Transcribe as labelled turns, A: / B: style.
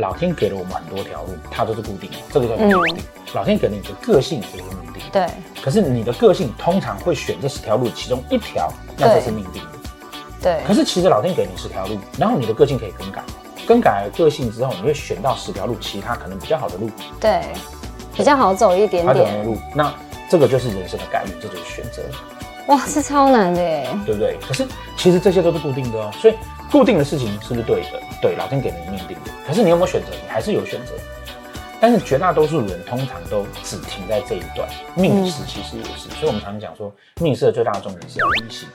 A: 老天给了我们很多条路，它都是固定的，这个都是固定。老天给了你的个性也是命定，
B: 嗯对，
A: 可是你的个性通常会选这十条路其中一条，那这是命定。
B: 对
A: 可，是其实老天给你十条路，然后你的个性可以更改，更改了个性之后，你会选到十条路其他可能比较好的路，
B: 对，比较好走一点
A: 好的
B: 点。
A: 路。那这个就是人生的概率，这就是选择，
B: 哇，这超难的耶！
A: 对不对？可是其实这些都是固定的哦，所以固定的事情是不是对的？对，老天给了你命定的。可是你有没有选择？你还是有选择。但是绝大多数人通常都只停在这一段，命时其实也是，所以我们常常讲说，命设最大的重点是要理性。